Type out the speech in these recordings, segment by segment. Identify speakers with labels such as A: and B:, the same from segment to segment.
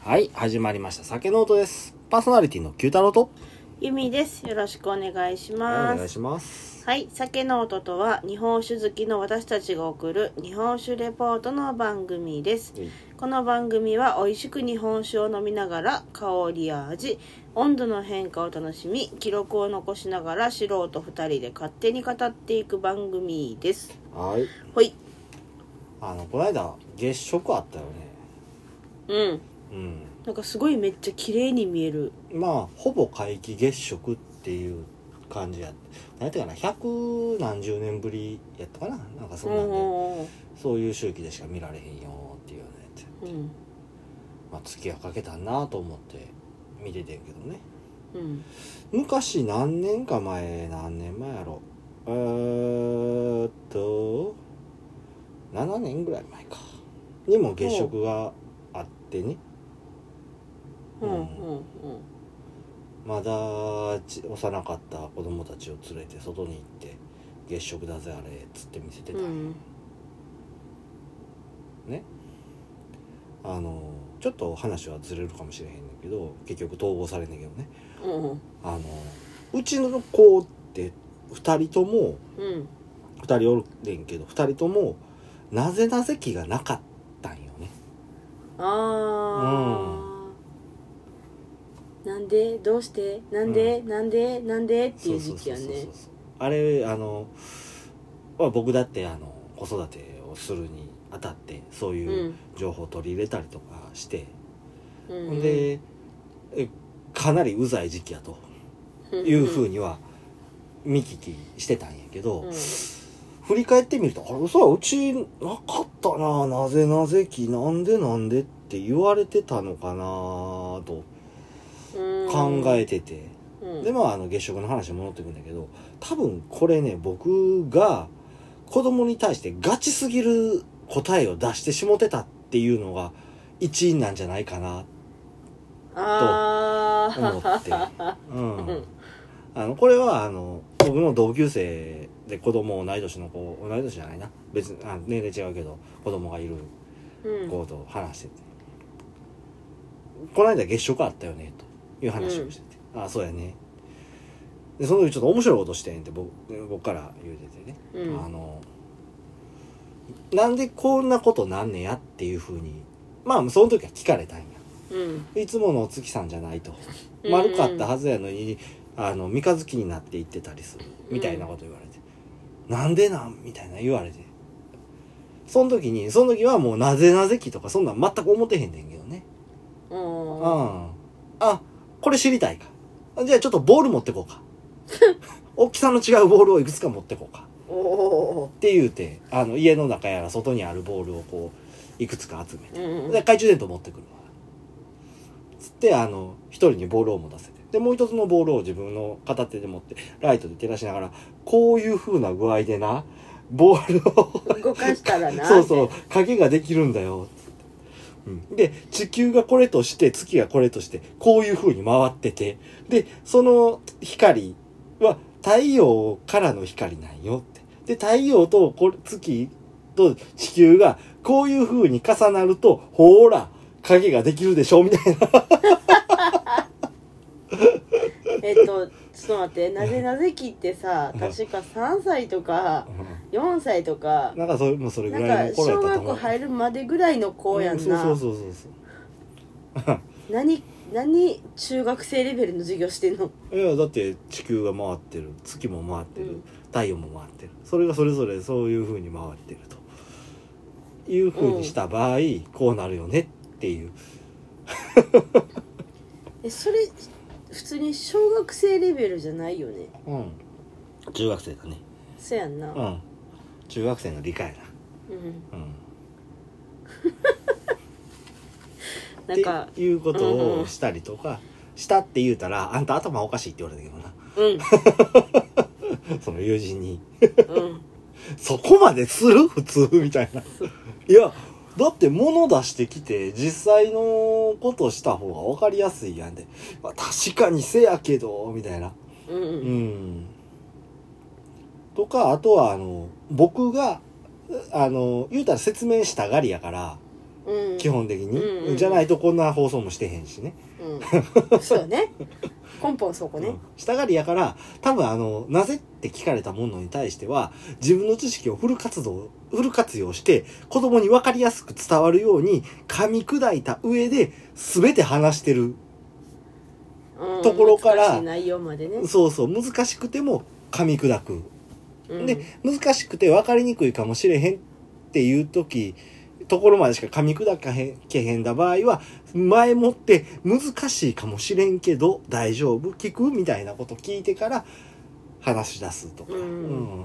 A: はい、始まりました。酒の音です。パーソナリティの九太郎と。
B: ゆみです。よろしくお願いし
A: はいお願
B: ま
A: い
B: す。
A: します。
B: はい、酒の音とは日本酒好きの私たちが送る日本酒レポートの番組です。この番組は美味しく日本酒を飲みながら香りや味、温度の変化を楽しみ、記録を残しながら素人2人で勝手に語っていく番組です。
A: はい。
B: ほい。
A: あの、この間、月食あったよね。
B: うん。
A: うん。
B: なんかすごいめっちゃ綺麗に見える。
A: まあ、ほぼ皆既月食っていう感じや。なんていうかな、百何十年ぶりやったかななんかそんなんで、
B: うん
A: そういう周期でしか見られへんよっていうようなや
B: うんうん。
A: つ。まあ、月がかけたなと思って見ててんけどね。
B: うん。
A: 昔何年か前何年前やろえーっと7年ぐらい前かにも月食があってね
B: うん。うん。
A: まだち幼かった子供たちを連れて外に行って「月食だぜあれ」っつって見せて
B: うん。う
A: た、
B: ん。
A: ねあのちょっと話はずれるかもしれへんねんけど結局統合されんねんけどね
B: うん。
A: あのうちの子って2人とも
B: うん。
A: 2人おるねんけど2人ともなぜなぜ期がなかったんよね
B: あーなんでどうしてなんで、なんでなんでっていう時期やね
A: そうあれあの、まあ、僕だってあの子育てをするにあたってそう
B: う
A: いうん情報を取り入れたりとかして、
B: うん
A: ほんでえかなりうざい時期やというふうには見聞きしてたんやけど、
B: うん
A: 振り返ってみると「あれそううちなかったななぜなぜ期なんでなんで」って言われてたのかなと考えてて、
B: うん
A: でまああの月食の話に戻ってくんだけど多分これね僕が子供に対してガチすぎる答えを出してしもてたっていうのが一因なんじゃないかな
B: あ
A: 思 って、う
B: うん
A: ん、あのこれはあの僕の同級生で子供同い年の子同い年じゃないな別にあ年齢違うけど子供がいる
B: ーうん
A: 子と話してて「この間月食あったよね」という話をしてて「ああそうやね」でその時ちょっと面白いことしてんって僕僕から言うててね、
B: うん
A: あのなんでこんなことなんねやっていうふうにまあその時は聞かれたんや
B: うん
A: いつものお月さんじゃないと
B: うん
A: 丸かったはずやのにあの三日月になっていってたりするみたいなこと言われて「なんでなん?」みたいな言われてその時にその時はもう「なぜなぜ期」とかそんなん全く思ってへんねんけどねう
B: うんん
A: あこれ知りたいかじゃあちょっとボール持ってこうか 大きさの違うボールをいくつか持ってこうか
B: おー
A: って言うてあの家の中やら外にあるボールをこういくつか集めて
B: うん
A: で懐中電灯持ってくるわつってあの一人にボールを持たせてでもう一つのボールを自分の片手で持ってライトで照らしながらこういう風な具合でなボールを
B: 動かしたらな
A: そうそう影ができるんだよつってうん、で地球がこれとして月がこれとしてこういう風に回っててでその光は太陽からの光なんよってで太陽とこれ月と地球がこういう風に重なるとほーら影ができるでしょみたいな
B: えっとちょっと待ってなぜなぜ期ってさ確か3歳とか4歳とか
A: なんかそれもうそれぐら
B: ないん
A: の
B: か
A: 頃や
B: 小
A: ったと
B: 学
A: 思う
B: 校入るまでぐらいの子やんな、
A: うんそうそうそうそう
B: 何何中学生レベルの授業してんの
A: そういやだって地球が回ってる月も回ってる、
B: うん
A: 太陽も回ってるそれがそれぞれそういうふうに回ってるというふうにした場合、こうなるよねっていう
B: えそれ普通に小学生レベルじゃないよね
A: うん中学生だね
B: そやん
A: う
B: な
A: ん中学生の理解
B: うん
A: なうん
B: なんか
A: っていうこと
B: うんう
A: を
B: ん
A: したりとか、したって言うたらあんた頭おかしいって言われたけどな
B: うん
A: その友人に
B: うん
A: そこまでする 普通みたいな。いや、だって物出してきて実際のことした方が分かりやすいやんで。まあ確かにせやけど、みたいな。
B: う
A: うんん。とか、あとはあの、僕が、うあの、言うたら説明したがりやから、
B: うん
A: 基本的に、
B: うんうん
A: じゃないとこんな放送もしてへんしね
B: うんそうだね根本そこ
A: う
B: ね
A: ん、したがりやから多分あのなぜって聞かれたものに対しては自分の知識をフル活動フル活用して子供に分かりやすく伝わるように噛み砕いた上で全て話してる
B: うん
A: ところから
B: 難しい内容までね、
A: そうそう難しくても噛み砕く
B: うん
A: で難しくて分かりにくいかもしれへんっていう時ところまでしか噛み砕かへんけへんだ場合は前もって難しいかもしれんけど大丈夫聞くみたいなこと聞いてから話し出すとか。
B: うん
A: うん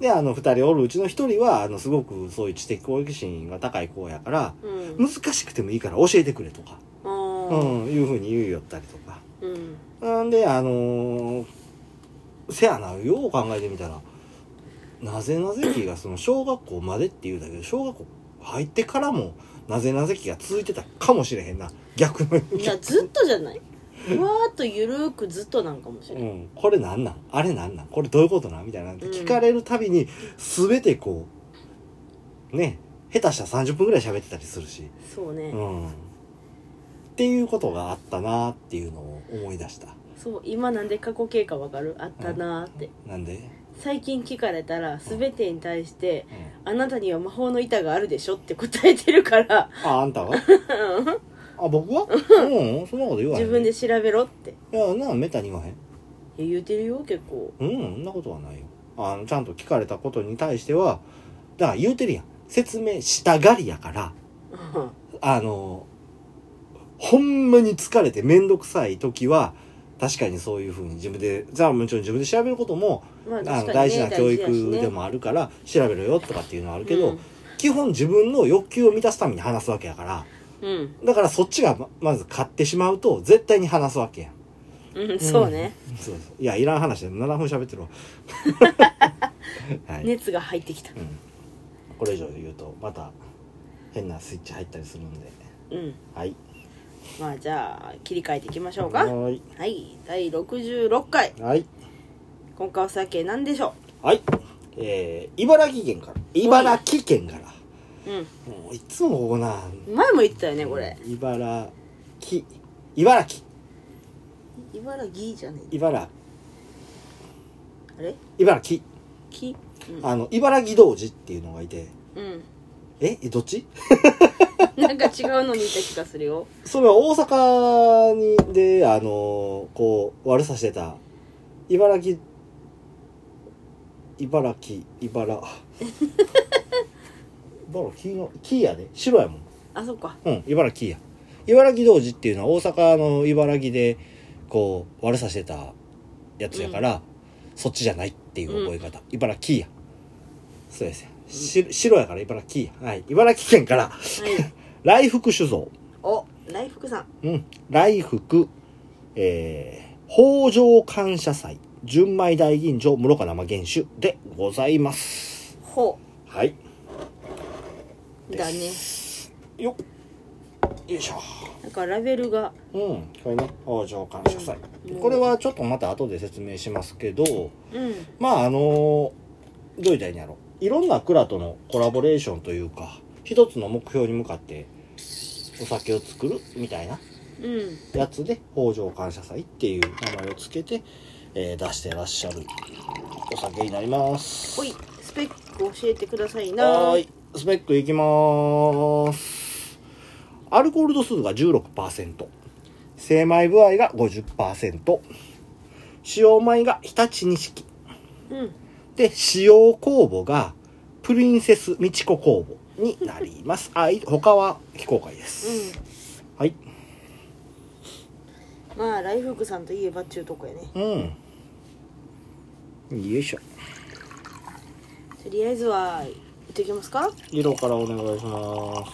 A: であの2人おるうちの1人はあのすごくそういう知的好奇心が高い子やから
B: うん
A: 難しくてもいいから教えてくれとか、
B: あ
A: う
B: ー
A: ん、いうふうに言うよったりとか。
B: うん
A: なんであのーせやなよう考えてみたらなぜなぜ期がその小学校までって言うだけど小学校入ってからもなぜなぜ期が続いてたかもしれへんな逆の意
B: い
A: 味
B: やずっとじゃないふわーっとゆるーくずっとなんかもしれ
A: う
B: ない、
A: ん、これなんなんあれなんなんこれどういうことなんみたいなんて聞かれるたびに全てこうね下手したら30分ぐらい喋ってたりするし、
B: そうね、
A: うん、っていうことがあったなっていうのを思い出した
B: そう今なんで過去形かわかるあったなーって、
A: なんで、
B: 最近聞かれたら全てに対して
A: うん
B: 「あなたには魔法の板があるでしょ」って答えてるから
A: あ、あんたはあ、僕はうん、そんなこと言わへん。
B: 自分で。調べろって
A: いや、なあ、めったに言わへん。
B: いや言うてるよ結構
A: うん、そんなことはないよ。あの、ちゃんと聞かれたことに対しては、だから言うてるやん。説明したがりやから、あの、ほんまに疲れてめんどくさい時は、確かにそういうふうに自分で、じゃあもちろん自分で調べることも、
B: まあ確か
A: あ
B: に、
A: の
B: ね、
A: 大事な教
B: 大事やし
A: 育
B: ね
A: でもあるから、調べろよとかっていうのはあるけど、
B: うん
A: 基本自分の欲求を満たすために話すわけやから、
B: うん、
A: だからそっちがままず買ってしまうと絶対に話すわけやん。
B: うん、そうね、
A: そうそういや、いらん話で7分喋って るわ。はい、
B: 熱が入ってきた
A: うん。これ以上言うとまた変なスイッチ入ったりするんで。
B: うん
A: はい。
B: まあじゃあ切り替えていきましょう
A: は
B: か
A: ーい。
B: はい第66回
A: はい。
B: 今回お酒なんでしょ
A: はい。えー、茨城県から。茨城県から。
B: ううん
A: もういつもここな。
B: 前も言ってたよねこれ
A: 茨城。茨城。
B: 茨城じゃねえ
A: 茨
B: あれ
A: 城。茨城。
B: 木うん
A: あの、茨城童子っていうのがいて。
B: うん
A: えどっち
B: なんか違うのにいた気がするよ
A: それは大阪にであのこう悪さしてた茨城茨城茨 茨城の木やで白やもん
B: あそっか
A: うん茨城木や茨城童子っていうのは大阪の茨城でこう悪さしてたやつやから、そっちじゃないっていう覚え方、茨城木やそうですよし白やから茨城木やはい茨城県から
B: はい
A: 来福酒造
B: お来福さん
A: うん。来福、えー、北条感謝祭、純米大吟醸室岡生原酒でございます。
B: ほ
A: はい。
B: うだね
A: よっ。よいしょ。
B: なんかラベルが
A: うん。これね、北条感謝祭。
B: うん
A: これはちょっとまた後で説明しますけど、
B: うん
A: まああのーどう言ったらいいんやろいろんな蔵とのコラボレーションというか、一つの目標に向かってお酒を作るみたいな
B: うん
A: やつで北条感謝祭っていう名前をつけて、えー出してらっしゃるお酒になります
B: ほいスペック教えてくださいな
A: はーいスペックいきまーすアルコール度数が16%精米具合が50%使用米が日立錦
B: うん
A: で使用酵母がプリンセス美智子酵母になり ますあい他は非公開です、はい
B: うんまあ来福さんといえばっちゅうとこやね
A: うんよいしょ
B: とりあえずは行ってきますか
A: 色からお願いします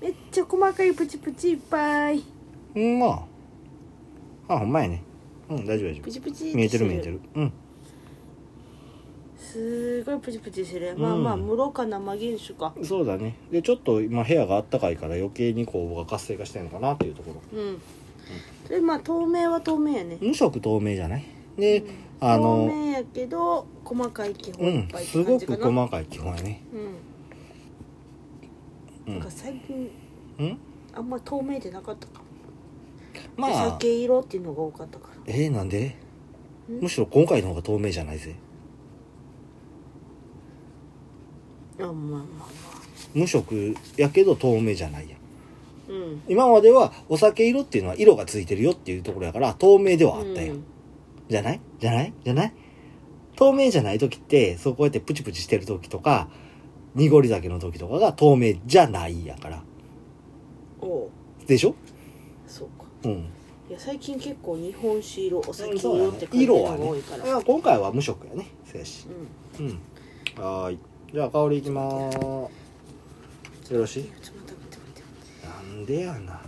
B: めっちゃ細かいプチプチいっぱい
A: うんまああほんまやねうん大丈夫大丈
B: プチプチ
A: 夫見えてる見えてるうん
B: すごいプチプチしてる、まあまあ
A: うん
B: 室岡生原酒か
A: そうだねでちょっと今部屋があったかいから余計に酵母が活性化してんのかなっていうところ
B: うんそれまあ透明は透明やね
A: 無色透明じゃないで、あの
B: 透明やけど細かい気泡
A: う
B: いっ
A: ん
B: ぱいっ
A: す
B: て感
A: ご
B: じ
A: く
B: かな、うん
A: 細かい基本やねうん
B: なんか最近
A: うん
B: あんま透明でなかったか
A: ま
B: も、お
A: あ
B: 酒色っていうのが多かったから
A: えー、なんで
B: ん
A: むしろ今回の方が透明じゃないぜ
B: あまあまあまあ
A: 無色やけど透明じゃないやん
B: うん
A: 今まではお酒色っていうのは色がついてるよっていうところやから透明ではあったやん、
B: うん
A: じゃないじゃないじゃない透明じゃない時ってそうこうやってプチプチしてる時とか濁り酒の時とかが透明じゃないやから
B: おう
A: でしょ
B: そうか
A: うん
B: いや最近結構日本酒色お酒
A: そうや
B: 色っ
A: ね
B: て感じの
A: 色
B: が
A: はね
B: 多いから、
A: いや今回は無色やねせやし
B: うん
A: うんはーいじゃあ香りいきまーすよろしい
B: ちょっと待って待って待って
A: なんでやな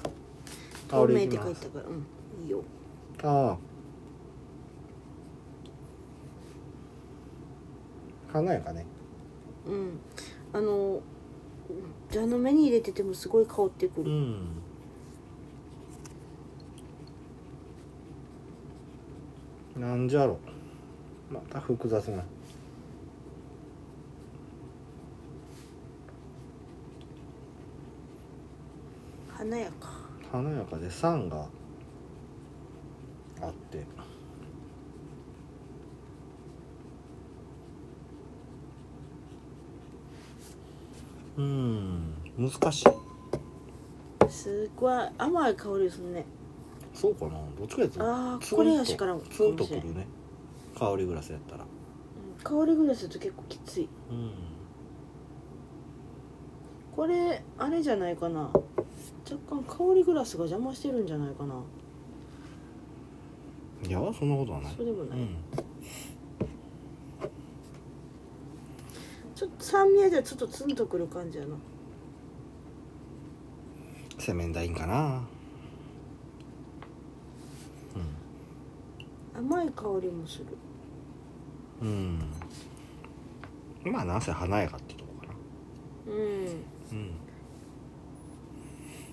B: 透明っ
A: いき
B: て
A: ま
B: 書い
A: す
B: てたからうんいいよ
A: ああ華やかね
B: うんあのじゃの目に入れててもすごい香ってく
A: う
B: る、
A: んなんじゃろまた複雑な
B: 華やか
A: 華やかで酸があってうん難しい
B: すごい甘い香りですね
A: そうかなどっちかやつ
B: あーこれやしからん
A: ツンとくるね香りグラスやったら
B: うん香りグラスと結構きつい
A: うん
B: これあれじゃないかな若干香りグラスが邪魔してるんじゃないかない
A: やそんなことはない
B: そうでもない、
A: うん
B: ちょっと酸味はじゃあちょっとツンとくる感じやな
A: セメンダインかな
B: 甘い香りもする
A: うん、うん、まあなんせ華やかってとこかな
B: うん
A: うん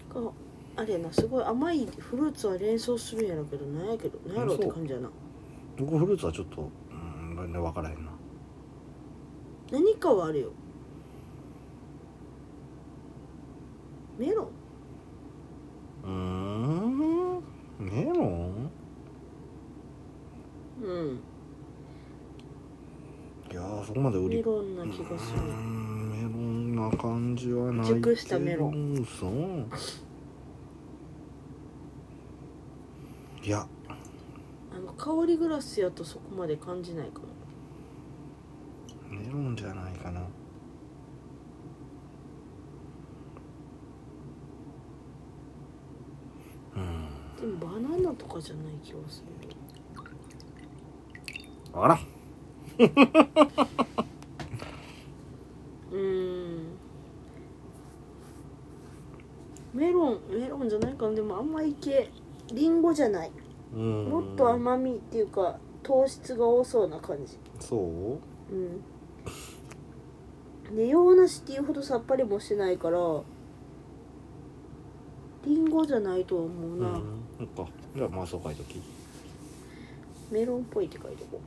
B: こうあれやなすごい甘いフルーツは連想するんやろうけどなんやけどなんやろうって感じやな
A: 僕フルーツはちょっとうん全然分からへんな
B: 何かはあるよメロン
A: うーんメロン
B: うん
A: いやーそこまで売り
B: メロンな気がする
A: うーんメロンな感じはないけど
B: 熟したメロ
A: ンそういや
B: あの香りグラスやとそこまで感じないかも
A: メロンじゃないかなうん
B: でもバナナとかじゃない気がする
A: あら
B: うーんメロンメロンじゃないかなでも甘い系リンゴじゃない
A: うん
B: もっと甘みっていうか糖質が多そうな感じ
A: そう
B: うんで洋梨っていうほどさっぱりもしてないからリンゴじゃないとは思う
A: う
B: な、
A: んそっかじゃあまあそうかいとき
B: メロンっぽいって書いてこ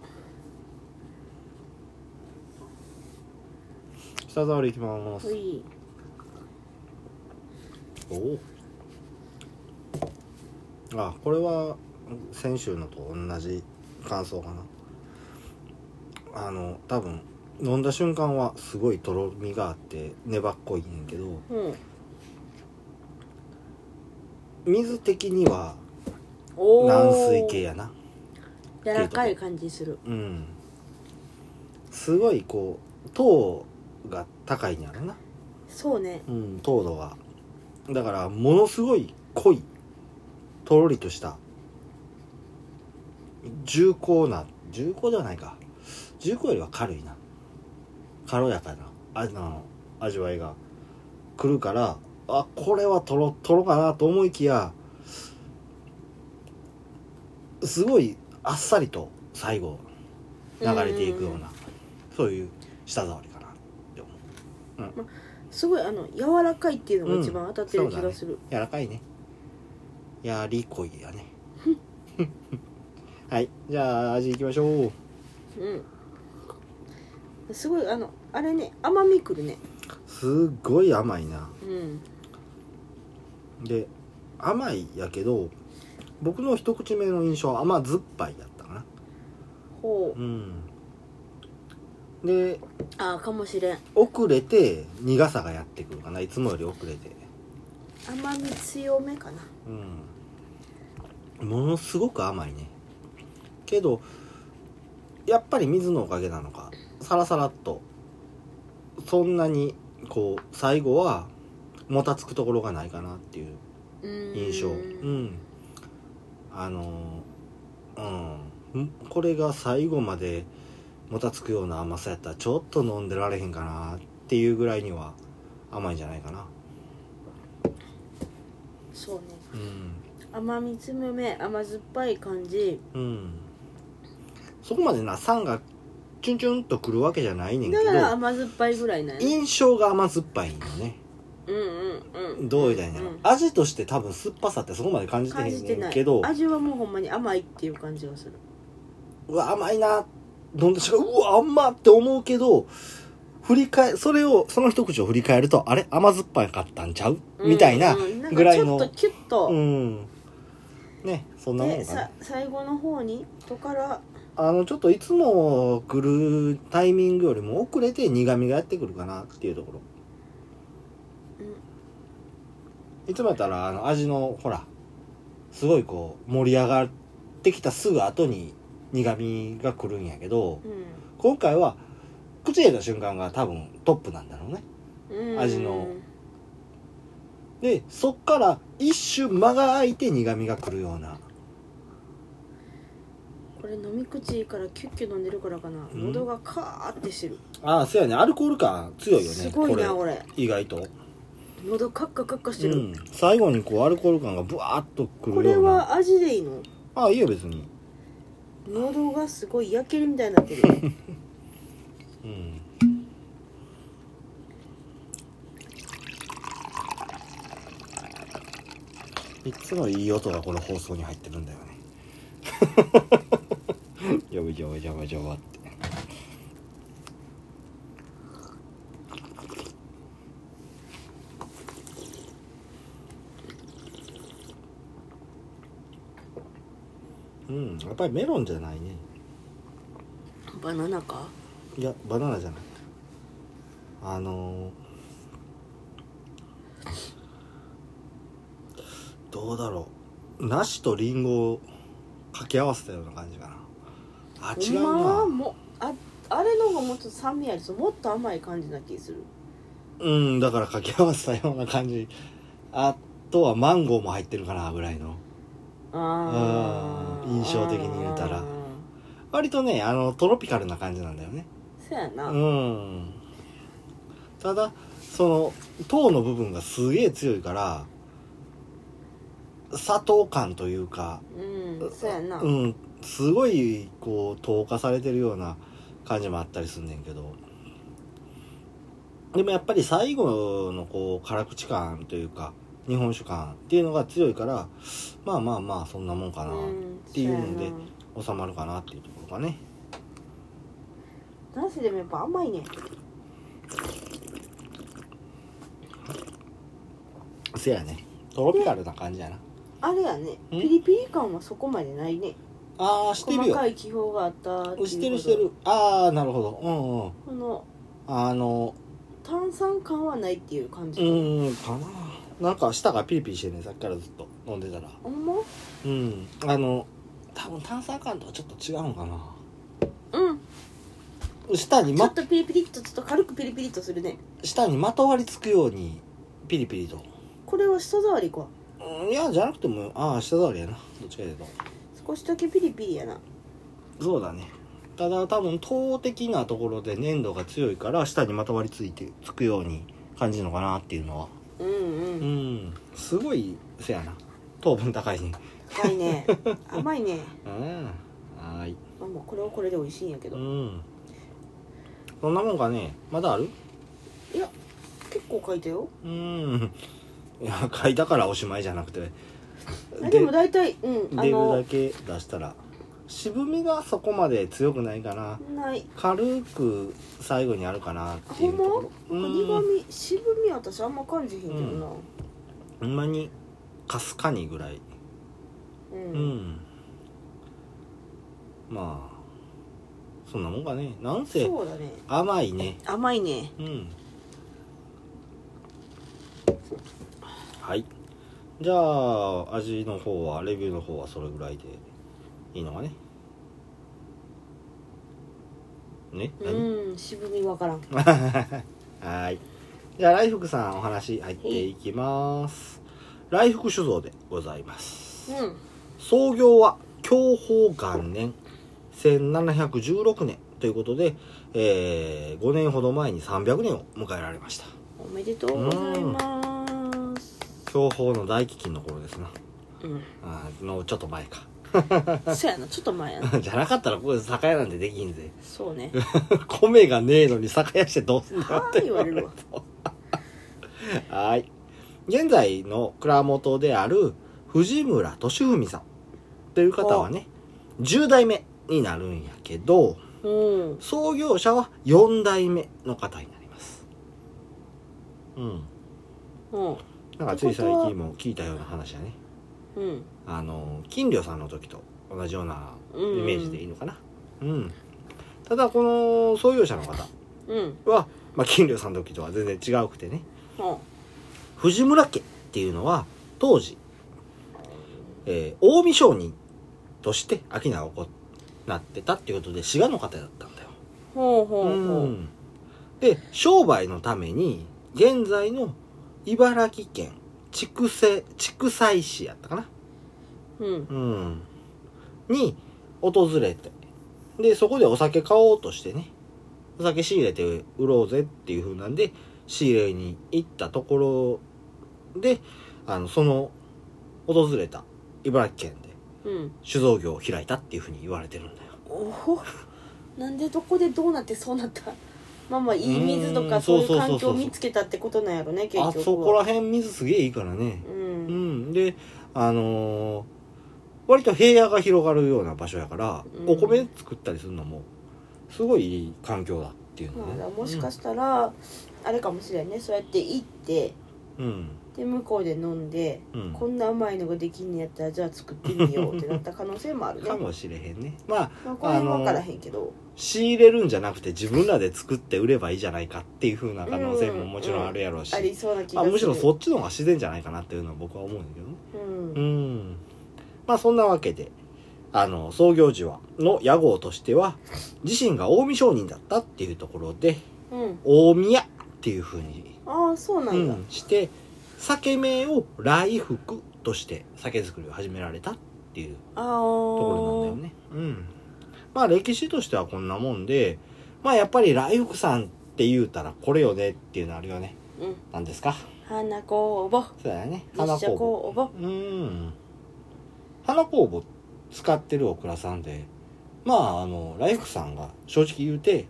B: う
A: 舌触りいきます
B: ほい
A: おおあこれは先週のと同じ感想かなあの多分飲んだ瞬間はすごいとろみがあって粘っこいねんけど
B: うん
A: 水的には
B: おお
A: 軟水系やな
B: 柔らかい感じする
A: うんすごいこう糖が高いんやろな、
B: そうね
A: うん、糖度がだからものすごい濃いとろりとした重厚な重厚ではないか重厚よりは軽いな軽やかなあの味わいが来るからあこれはとろとろかなと思いきやすごいあっさりと最後流れていくようなそういう舌触りかなって思う
B: すごいあの柔らかいっていうのが一番当たってる気がする、
A: 柔らかいねやりこいやね はいじゃあ味いきましょう
B: うんすごいあのあれね甘みくるね
A: すっごい甘いな
B: うん
A: で甘いやけど僕の一口目の印象は甘酸っぱいやったかな
B: ほう
A: うんで
B: あかもしれん
A: 遅れて苦さがやってくるかないつもより遅れて
B: 甘み強めかな
A: うんものすごく甘いねけどやっぱり水のおかげなのかサラサラっとそんなにこう最後はもたつくところがないかなっていう
B: うーん
A: 印象うんあのうんんこれが最後までもたつくような甘さやったらちょっと飲んでられへんかなっていうぐらいには甘いんじゃないかな
B: そうね
A: うん
B: 甘み強め甘酸っぱい感じ
A: うんそこまでな酸がチュンチュンとくるわけじゃないねんけ
B: だから
A: ど
B: 甘酸っぱいぐらいなんやね
A: 印象が甘酸っぱいんよね
B: うんうんうん
A: どう言いたらいいんだろう、
B: ん
A: 味として多分酸っぱさってそこまで感じてへ
B: 感じて
A: んね
B: なんい
A: けど
B: 味はもうほんまに甘いっていう感じがする
A: うわ甘いな飲んでしまううわ甘っって思うけど振り返それをその一口を振り返るとあれ甘酸っぱかったんちゃう
B: うん
A: みたいな
B: うんんか
A: ぐらいの
B: ちょっとキュッと、
A: うんねそんなも
B: で
A: んかな
B: さ最後の方にとから
A: あのちょっといつも来るタイミングよりも遅れて苦味がやってくるかなっていうところいつもやったらあの味のほらすごいこう盛り上がってきたすぐ後に苦味が来るんやけど
B: う
A: 今回は口入れた瞬間が多分トップなんだろうね
B: ん、うん、
A: 味のでそっから一瞬間が空いて苦味が来るような
B: これ飲み口からキュッキュ飲んでるからかな、
A: うん
B: 喉がカーってしてる
A: ああそうやねアルコール感強いよね
B: すごいな俺
A: 意外と、
B: 喉カッカカッカして
A: う
B: る、
A: ん、最後にこうアルコール感がブワーッとく
B: こ
A: る
B: れ
A: ような
B: は味でいいの
A: ああいいよ別に
B: 喉がすごい焼けるみたいになってる
A: うんいつもいい音がこの放送に入ってるんだ よね。やばいやばいやばいやばいって。うん、やっぱりメロンじゃないね。
B: バナナか
A: いやバナナじゃないあのーどうだろう梨とリンゴを掛け合わせたような感じかなあ違う
B: まあ
A: な
B: もああれの方がもっと酸味ありそうもっと甘い感じな気する
A: うんだから掛け合わせたような感じあとはマンゴーも入ってるかなぐらいの
B: あ
A: うん印象的に言うたら
B: あー
A: 割とねあのトロピカルな感じなんだよね
B: そやな、
A: うんただその糖の部分がすげえ強いから砂糖感というか
B: うん、そうやな、
A: うんすごいこう糖化されてるような感じもあったりすんねんけどでもやっぱり最後のこう辛口感というか日本酒感っていうのが強いからまあまあまあそんなもんかな、
B: うん
A: ていうので
B: そや
A: 収まるかなっていうところかね
B: ななんせでもやっぱ甘いね
A: せやねトロピカルな感じやな
B: あれやねピリピリ感はそこまでないね
A: ああしてる
B: 細
A: よ
B: かい気泡があったっていうこと
A: してるしてるああなるほどうんうん
B: この
A: あの
B: 炭酸感はないっていう感
A: う
B: じ、
A: ーんかななんか舌がピリピリしてねさっきからずっと飲んでたら
B: ほんま
A: うんあの多分炭酸感とはちょっと違うのか
B: うん
A: な舌に
B: ちょっ
A: ま
B: とピリピリっとちょっと軽くピリピリっとするね
A: 舌にまとわりつくようにピリピリと、
B: これは舌触りか
A: うん、いやじゃなくてもああ舌触りやなどっちかというと
B: 少しだけピリピリやな
A: そうだねただ多分糖的なところで粘度が強いから舌にまとわりついてつくように感じるのかなっていうのは
B: うんう
A: うんんすごいせやな糖分高いね
B: 高い ね甘いね
A: うんはい
B: まあまあこれはこれで美味しいんやけ
A: う
B: ど
A: んそんなもんかねまだある
B: いや結構書いたよ
A: うん いや買いだからおしまいじゃなくて
B: あでも大体うんあ
A: 出るだ
B: の
A: け出したら渋みがそこまで強くないかな
B: ない
A: 軽く最後にあるかなっていうところう
B: 苦
A: ん
B: み渋み私あんま感じひんけどな
A: ほんまにかすかにぐらい
B: うん、
A: うん、まあそんなもんかねなんせ
B: そうだね
A: 甘いね
B: 甘いね
A: うんはいじゃあ味の方はレビューの方はそれぐらいでいいのかねね何、
B: うん渋みわからん
A: はい。じゃあ、来福さんお話入っていきます。来福酒造でございます。
B: う
A: 創業は享保元年1716年ということで、えー、5年ほど前に300年を迎えられました。
B: んおめでとうございます
A: 享保の大飢饉の頃ですな。
B: うん
A: あーのちょっと前か。
B: そうやなちょっと前やな
A: じゃなかったらこれ酒屋なんてできんぜ。
B: そうね
A: 米がねえのに酒屋してどうすんだよ
B: は
A: っ
B: ー
A: て
B: い言われるわ
A: はい。現在の蔵元である藤村敏文さんという方はね、10代目になるんやけど、
B: うん
A: 創業者は4代目の方になります。うん。
B: うん
A: なんかつい最近も聞いたような話だね。
B: うん
A: あの、金魚さんの時と同じようなイメージでいいのかな。うん。ただ、この創業者の方
B: うんうん
A: は、まあ、金魚さんの時とは全然違うくてね。藤村家っていうのは当時、えー近江商人として商いが行ってたっていうことで滋賀の方だったんだよ。
B: ほうほうほ
A: う
B: うん
A: で商売のために現在の茨城県筑西筑西市やったかな、
B: うん
A: うん、に訪れてでそこでお酒買おうとしてねお酒仕入れて売ろうぜっていう風なんで仕入れに行ったところであのその訪れた茨城県で
B: うん
A: 酒造業を開いたっていう風に言われてるんだよ
B: おほなんでどこでどうなってそうなったまあまあいい水と
A: う
B: か
A: ん
B: そうい
A: そううそうそ
B: 環
A: うそ
B: 境
A: う
B: を見つけたってことなんやろね結
A: あ
B: 局は
A: そこら辺水すげえいいからね
B: う
A: うんんであのー割と平野が広がるような場所やから、
B: うん
A: お米作ったりするのもすごいいい環境だっていうの
B: まあ
A: ね、
B: だからもしかしたらあれかもしれんねそうやって行って
A: うん
B: で向こうで飲んで
A: うん
B: こんなうまいのができんのやったらじゃあ作ってみようってなった可能性もあるね
A: かもしれへんねまあ
B: まあ、これは分からへんけど、
A: 仕入れるんじゃなくて自分らで作って売ればいいじゃないかっていう風な可能性ももちろんあるやろうし、
B: ありそうな気
A: ま
B: が
A: あ、
B: する
A: むしろそっちの方が自然じゃないかなっていうのは僕は思うんだけどね
B: うん
A: う、んまあそんなわけであの創業時はの屋号としては自身が近江商人だったっていうところで
B: うん、
A: 大宮っていう風に、
B: ああそうな
A: うん
B: だ、
A: ん、して酒名を来福として酒造りを始められたっていう
B: ああ
A: ところなんだよね。うん。まあ歴史としてはこんなもんで、まあやっぱり来福さんって言うたらこれよねっていうのあるよね。
B: うん
A: なんですか
B: 花工房
A: そうだよね。花
B: 実写
A: 工
B: 工房
A: 房。うん。花工房使ってるお蔵さんで、まああの、来福さんが正直言うて、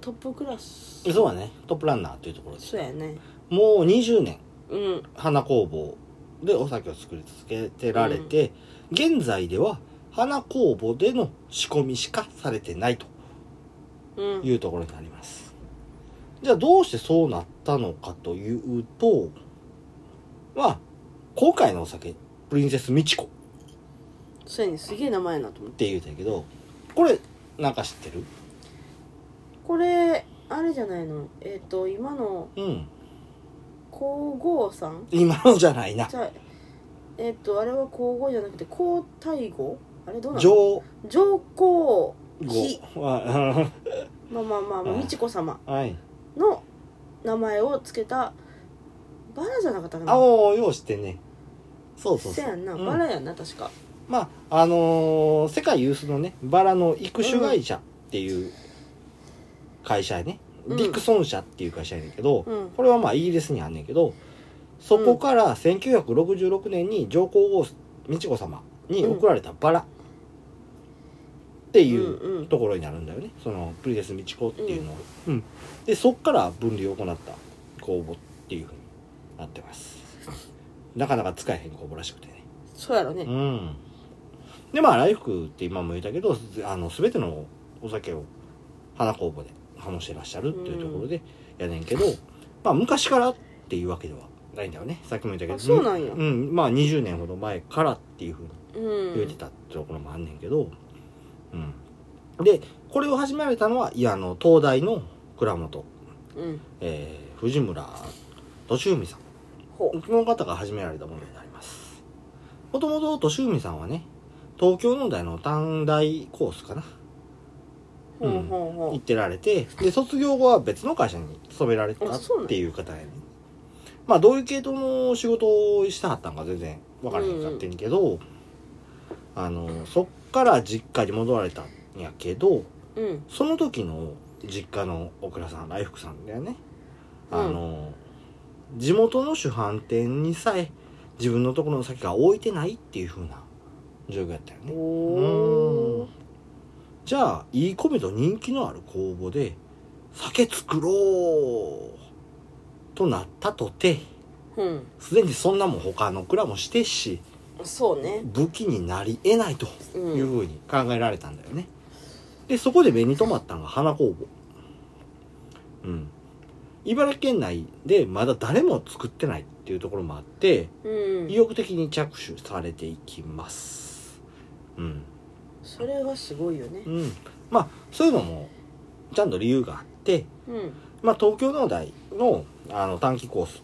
B: トップクラス
A: そうだね、トップランナーというところで、
B: そうやね
A: もう20年
B: うん
A: 花工房でお酒を作り続けてられて、現在では花工房での仕込みしかされてないと
B: うん
A: いうところになりますじゃあどうしてそうなったのかというとまあ今回のお酒プリンセスミチコっ
B: そうやねすげえ名前やなと思って
A: て言うたけどこれなんか知ってる
B: これあれじゃないのえっ、と今の
A: うん
B: 皇后さん
A: 今のじゃないな
B: じゃあえっ、とあれは皇后じゃなくて皇太后あれどうなの
A: 上
B: 上皇妃
A: 後は
B: まあまあまあ、まあ、
A: うん
B: 美智子様
A: はい
B: の名前をつけたバラじゃなかったかな
A: あおーよう知ってんねそうそう
B: そ
A: そう
B: やんな、
A: うん
B: バラやんな確か
A: まああのー世界有数のねバラの育種会社っていう会社やね、
B: うん
A: ディクソン社っていう会社やねんけど、
B: うん
A: これはまあイギリスにあんねんけどそこから1966年に上皇后美智子様に贈られたバラってい
B: んう
A: うんうところになるんだよねそのプリデス美智子っていうのを、うんでそっから分離を行った公募っていうふうになってますなかなか使えへん公募らしくてね
B: そうやろね
A: うん。でまあライフって今も言ったけどあの全てのお酒を花工房で醸してらっしゃるっていうところでやねんけど、まあ昔からっていうわけではないんだよねさっきも言ったけど
B: あそうなんや
A: うん、まあ20年ほど前からっていうふうに
B: うん
A: 言ってたってところもあんねんけど、うんでこれを始められたのはいやあの東大の倉本、
B: うん
A: えー藤村敏文さん
B: ほ
A: この方が始められたものになりますもともと敏文さんはね東京農大の短大コースかな
B: うほうほう
A: 行っ
B: ほ
A: てられてで卒業後は別の会社に勤められた
B: あ
A: っ
B: そうなんや
A: ていう方やねまあどういう系統の仕事をしたはったんか全然分からへんかってんけど、あのそっから実家に戻られたんやけど
B: ううん
A: その時の実家の大倉さん来福さんだよねあの、地元の主販店にさえ自分のところの先が置いてないっていう風な状況やったよね
B: お
A: う
B: お
A: んじゃあいい米と人気のある工房で酒作ろうとなったとて
B: うん
A: すでにそんなもん他の蔵もしてし
B: そうね
A: 武器になり得ないと
B: うん
A: いうふうに考えられたんだよね、でそこで目に留まったのが花工房うん茨城県内でまだ誰も作ってないっていうところもあって
B: うん
A: 意欲的に着手されていきますうん
B: それはすごいよね
A: うん、まあそういうのもちゃんと理由があって、
B: うん
A: まあ、東京農大のあの短期コースっ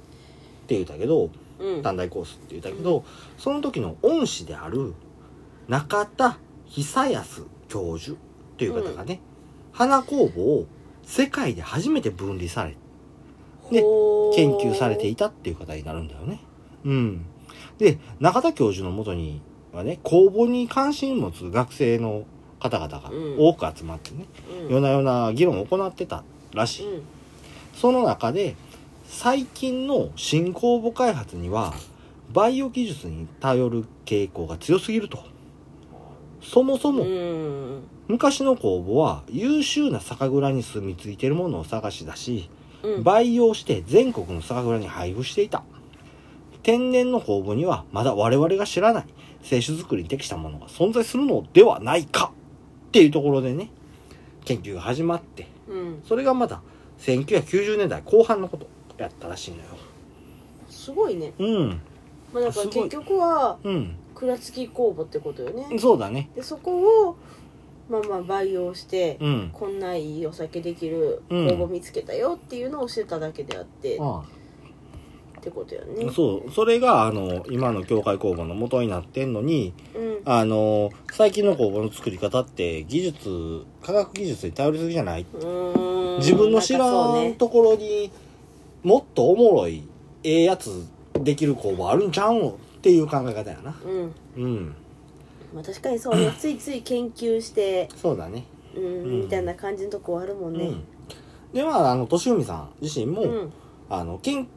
A: て言ったけど
B: うん
A: 短大コースって言ったけど、その時の恩師である中田久康教授という方がね、花工房を世界で初めて分離されで
B: ほう
A: 研究されていたっていう方になるんだよね。うん。で、中田教授のもとにはね、工房に関心を持つ学生の方々が多く集まってね、
B: うん
A: 夜な夜な議論を行ってたらしい、
B: うん
A: その中で最近の新公募開発にはバイオ技術に頼る傾向が強すぎるとそもそも
B: うん
A: 昔の公募は優秀な酒蔵に住み着いているものを探し出し
B: うん
A: 培養して全国の酒蔵に配布していた天然の公募にはまだ我々が知らない清酒作りに適したものが存在するのではないかっていうところでね研究が始まって
B: うん
A: それがまだ1990年代後半のことやったらしいのよ
B: すごいね
A: うん
B: まあだから
A: すごい
B: 結局は
A: うん
B: 倉敷工房ってことよね
A: そうだね
B: でそこをまあまあ培養して
A: うん
B: こんないいお酒できる
A: うん
B: 工房見つけたよっていうのを教えただけであって
A: あ
B: ってことよ
A: あ
B: ね
A: そうそれがあの今の教会工房の元になってんのに
B: うん
A: あの最近の工房の作り方って技術科学技術に頼りすぎじゃない
B: うん
A: 自分の知ら
B: なんかそうんね
A: ところにもっとおもろいええやつできる工房あるんちゃうんっていう考え方やな
B: うん
A: うん
B: まあ確かにそうねついつい研究して
A: そうだね
B: うん、
A: うん
B: みたいな感じのとこあるもん
A: う
B: ね
A: んでまああの敏文さん自身も、
B: うん
A: あの研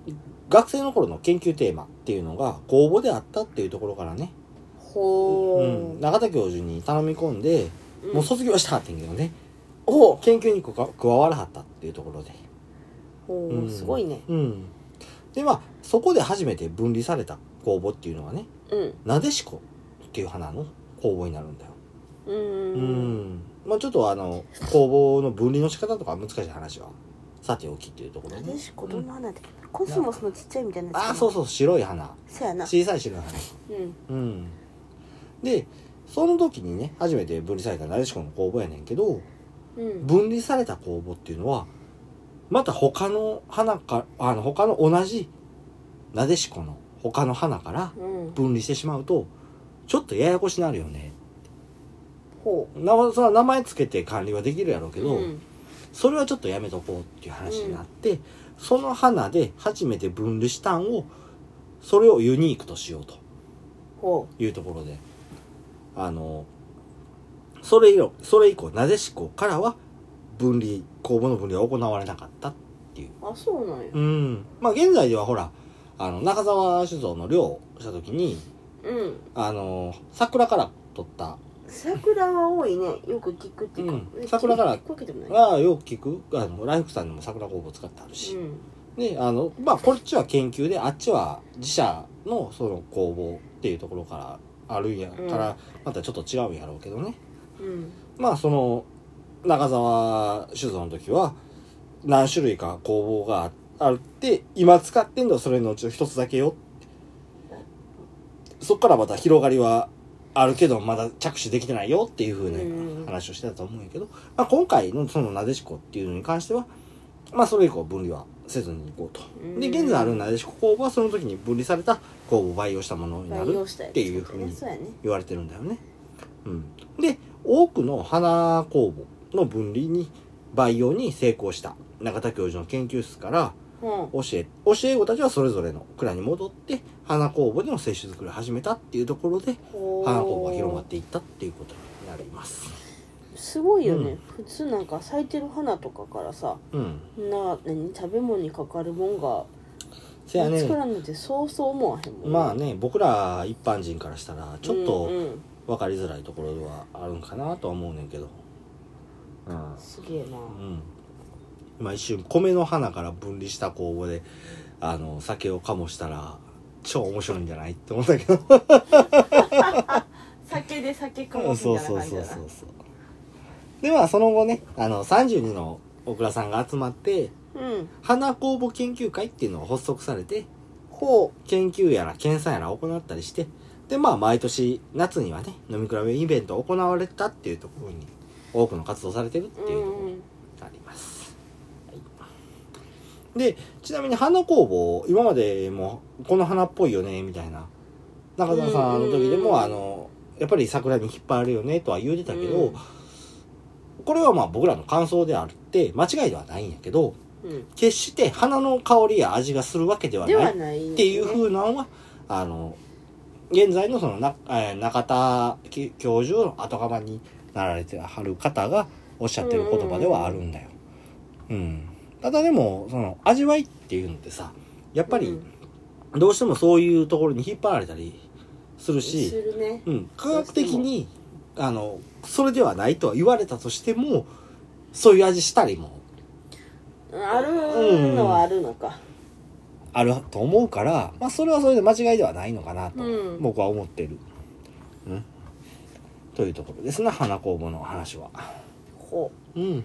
A: 学生の頃の研究テーマっていうのが公募であったっていうところからね、
B: ほ
A: うん
B: う、
A: 永田教授に頼み込んで、
B: うん
A: もう卒業したってんけどね
B: おう
A: 研究にこか加わらはったっていうところで、
B: ほう
A: うん
B: すごいね
A: うん、でまあそこで初めて分離された公募っていうのはね
B: うん
A: なでしこっていう花の公募になるんだよ、
B: う
A: うんんまあ、ちょっとあの公募の分離の仕方とかは難しい話はさておきっていうところ
B: な
A: ね
B: でしこどんな花だっけコスモスのちっちゃいみたいなやつかな
A: ああそうそう白い花
B: そうやな
A: 小さい白い花
B: うん
A: うん、でその時にね初めて分離されたなでしこの工房やねんけど
B: うん
A: 分離された工房っていうのはまた他の花かあの他の同じなでしこの他の花から
B: うん
A: 分離してしまうとちょっとややこしになるよね
B: ほ
A: なそれは名前つけて管理はできるやろう
B: う
A: けど、
B: うん
A: それはちょっとやめとこうっていう話になって、その花で初めて分離したんをそれをユニークとしようと
B: ほ
A: いうところであのそれ以降それ以降なでしこからは分離公募の分離は行われなかった
B: うあそうなんや
A: うんまあ現在ではほらあの中澤酒造の漁をした時に
B: うん
A: あの桜から取った
B: 桜は多いねよく聞くっていう
A: うん
B: か
A: 桜から
B: 聞くわけでもない
A: がよく聞くあのライフさんでも桜工房使ってあるし、
B: うん
A: であのまあこっちは研究であっちは自社のその工房っていうところからあるんやか
B: うん
A: ら、またちょっと違うんやろうけどね。
B: うん
A: まあその中澤酒造の時は何種類か工房があって今使ってんのはそれのうちの一つだけよそっからまた広がりはあるけどまだ着手できてないよっていうふ
B: う
A: うんな話をしてたと思うんやけど、まあ、今回のそのなでしこっていうのに関してはまあそれ以降分離はせずに行こうと
B: うん
A: で現在あるなでしこ工房はその時に分離された工房を培養したものにな
B: 培
A: る
B: 養したやつ
A: っていうふうに
B: そうやね
A: 言われてるんだよね。うん、で多くの花工房の分離に培養に成功した永田教授の研究室から
B: うん
A: 教え教え子たちはそれぞれの蔵に戻って花工房での精種作りを始めたっていうところで花工房が広まっていったっていうことになります。
B: すごいよね、
A: うん
B: 普通なんか咲いてる花とかからさ
A: うん、
B: な何食べ物にかかるもんが
A: せや
B: 作ら
A: ね
B: んのってそうそう思わへんもん
A: まあね僕ら一般人からしたらちょっ
B: うん
A: と
B: うん
A: 分かりづらいところではあるんかなとは思うねんけど。うん
B: すげえな
A: うん、今一瞬米の花から分離した酵母であの酒を醸したら超面白いんじゃないって思ったけど
B: 酒で酒か
A: そう
B: も
A: そうそうそうそうでまあその後ねあの32の小倉さんが集まって
B: うん
A: 花酵母研究会っていうのが発足されて
B: ほ
A: 研究やら検査やら行ったりしてでまあ毎年夏にはね飲み比べイベント行われたっていうところに多くの活動されてるって
B: う
A: いう
B: う
A: ところ
B: んうん
A: あります、でちなみに花工房今までもこの花っぽいよねみたいな中澤さんの時で
B: うんうんうん
A: もあのやっぱり桜に引っ張られるよねとは言うてたけど、
B: うん
A: これはまあ僕らの感想であって間違いではないんやけど
B: うん
A: 決して花の香りや味がするわけでは
B: で
A: ない
B: は
A: っ
B: ないね
A: ていうふうなのはあの現在のそのな、えー中田教授の後釜になられてはる方がおっしゃってる言葉ではあるんだよ。うん、ただでもその味わいっていうのってさやっぱ
B: う
A: り
B: ん
A: どうしてもそういうところに引っ張られたりする
B: す
A: し、
B: るね
A: うん、科学的にあのそれではないとは言われたとしてもそういう味したりも
B: あるのはあるのか
A: あると思うから、まあ、それはそれで間違いではないのかなと
B: うん
A: 僕は思ってる。うん、というところですな花工房の話は。
B: ほ
A: うん
B: う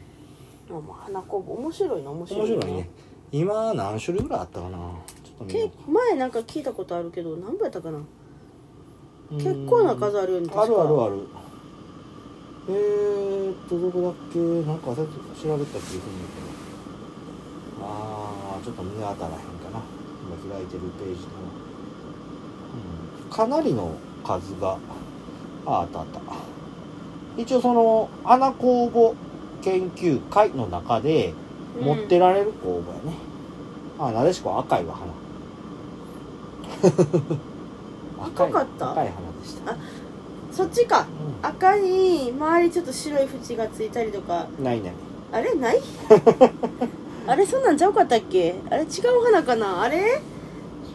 B: まあまあ花工房面白いの面白
A: 面
B: い
A: 白いね。今何種類ぐらいあったかなちょっと見よ
B: け
A: う
B: 前なんか聞いたことあるけど何部やったかな
A: うん
B: 結構な数あるよね確か
A: あるあるあるえーっとどこだっけなんか忘れて調べたっていうふうに言うけどああちょっと胸当たらへんかな今開いてるページの、うん、かなりの数があああったあった一応その穴公募研究会の中で
B: うん
A: 持ってられる公募やね、あなでしこは赤いわ花赤い
B: 赤かった
A: 赤い花でした
B: あそっちか
A: うん
B: 赤に周りちょっと白い縁がついたりとか
A: ないない
B: あ れないあれそんなんちゃうかったっけあれ違う花かなあれ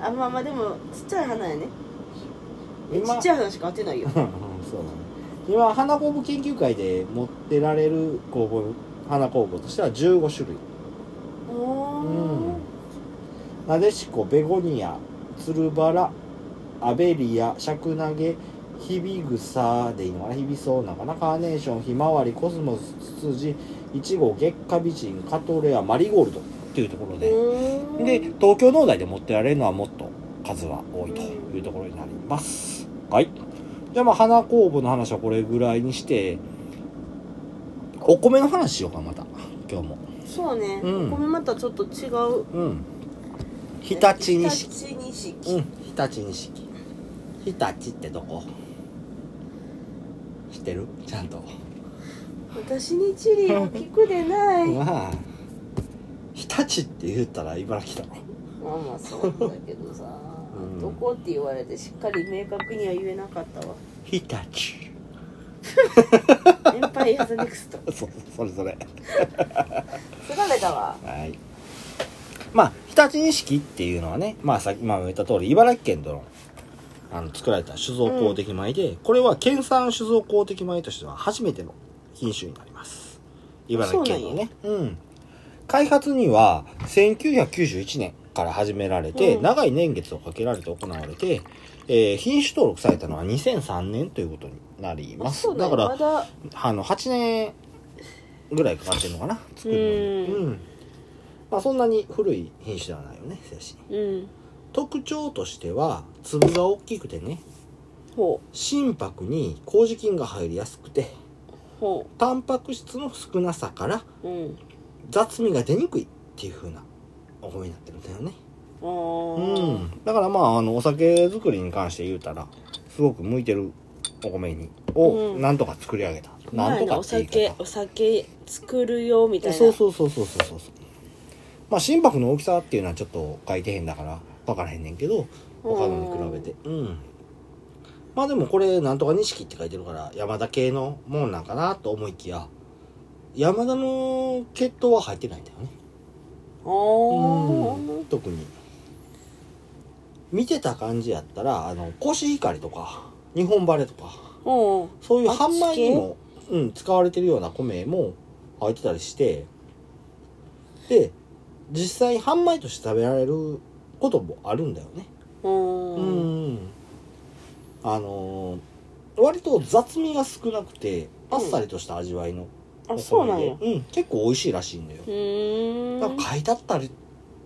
B: あまあまあでもちっちゃい花やねえちっちゃい花しか合ってないよ
A: うんそうだね今花工房研究会で持ってられる工房花工房としては15種類
B: おお
A: なでしこベゴニアつるバラアベリアシャクナゲヒビグサでいいのかなヒビソウなのかなカーネーションひまわりコスモスツツジイチゴ月下美人カトレアマリゴールドっていうところでで東京農大で持ってられるのはもっと数は多いというところになりますはいじゃあまあ花工房の話はこれぐらいにしてお米の話しようかまた今日も
B: そうね、
A: うん
B: ここもまたちょっと違う
A: うん日立錦
B: 日立錦
A: うん日立錦日立ってどこ知ってるちゃんと
B: 私に地理を聞くでないま
A: まあ日立って言ったら茨城だろ
B: あまあそうだけどさ、
A: うん
B: どこって言われてしっかり明確には言えなかったわ
A: 日立
B: エンパイアズネクス ト
A: そうそれそれ
B: すられたわ
A: はい。まあ、日立錦っていうのはね、まあさっき、まあ言った通り、茨城県との、あの、作られた酒造公的米で、これは県産酒造公的米としては初めての品種になります。茨城県のね。うん。開発には、1991年、から始められて、
B: うん
A: 長い年月をかけられて行われて、えー品種登録されたのは2003年ということになり
B: あ
A: ます。
B: そうだ
A: だ
B: よ
A: から
B: ま、だ
A: あの8年ぐらいかかってるのかな作るのに
B: うん
A: うんまあそんなに古い品種ではないよね精神
B: うん
A: 特徴としては粒が大きくてね
B: ほ
A: 心拍に麹菌が入りやすくて
B: うほ
A: タンパク質の少なさから
B: ううん
A: 雑味が出にくいっていう風なお米になってるんだよね
B: あー
A: うんだからまああのお酒作りに関して言うたらすごく向いてるお米にを
B: うん
A: なんとか作り上げた、
B: 前
A: な
B: の
A: んとか
B: お
A: って言い
B: 酒
A: 方
B: お酒作るよみたいな
A: そうそうそうそうそうそうそうまあ心拍の大きさっていうのはちょっと書いてへんだから分からへんねんけど他のに比べてうんまあでもこれなんとか錦って書いてるから山田系のもんなんかなと思いきや山田の血統は入ってないんだよね
B: あー
A: うん特に見てた感じやったらあのコシヒカリとか日本バレとか
B: うん
A: そういう販売にも、うん、使われてるような米も入ってたりして、で、実際販売として食べられることもあるんだよね。
B: うん
A: うん。あのー割と雑味が少なくて、あっさりとした味わいのお米で、
B: あそうなんやう
A: うん、結構美味しいらしいんだよ。
B: ー
A: なん
B: ん
A: か書いてあったり